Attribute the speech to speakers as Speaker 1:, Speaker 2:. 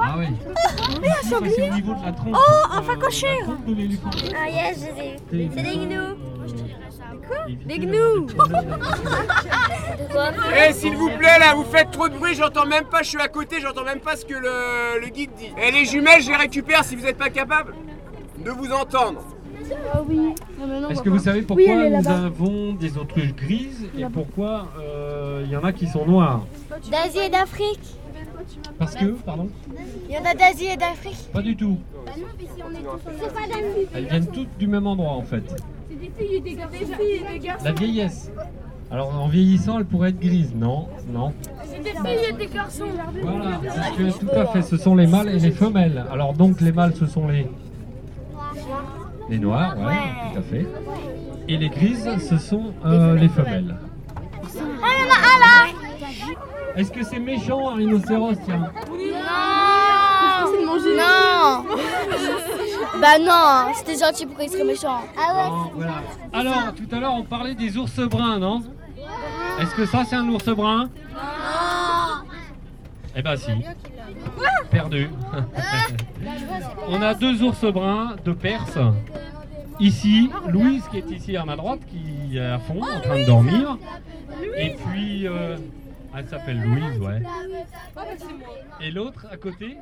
Speaker 1: Ah ouais.
Speaker 2: un sanglier
Speaker 1: Oh, un facochère
Speaker 3: Ah yes, je les ai vus. C'est des gnous.
Speaker 1: Des gnous
Speaker 3: De quoi
Speaker 4: Eh s'il vous plaît là, vous faites trop de bruit, j'entends même pas, je suis à côté, j'entends même pas ce que le, le guide dit. Eh les jumelles, je les récupère si vous n'êtes pas capable de vous entendre.
Speaker 1: Est-ce que vous savez pourquoi nous avons des autruches grises et pourquoi euh, il y en a qui sont noires
Speaker 3: D'Asie et d'Afrique.
Speaker 1: Parce que, pardon
Speaker 3: Il y en a d'Asie et d'Afrique.
Speaker 1: Pas du tout. Elles viennent toutes du même endroit en fait. La vieillesse. Alors en vieillissant, elle pourrait être grise. Non, non. Voilà, c'est que- tout à fait. Ce sont les mâles et les femelles. Alors donc les mâles, ce sont les les noirs, ouais, tout à fait. Et les grises, ce sont euh, les femelles. Ah, Est-ce que c'est méchant un rhinocéros tiens
Speaker 3: Non Ah. Bah non, c'était gentil, pourquoi il serait méchant
Speaker 1: Non, voilà. Alors, tout à l'heure, on parlait des ours bruns, non Est-ce que ça, c'est un ours brun Non
Speaker 3: Ah.
Speaker 1: Eh ben, si. Perdu. on a deux ours bruns de Perse. Ici, Louise, qui est ici à ma droite, qui est à fond, en train de dormir. Et puis, euh, elle s'appelle Louise, ouais. Et l'autre, à côté